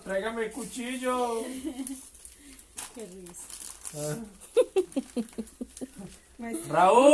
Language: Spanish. Tráigame el cuchillo. Qué risa. Raúl.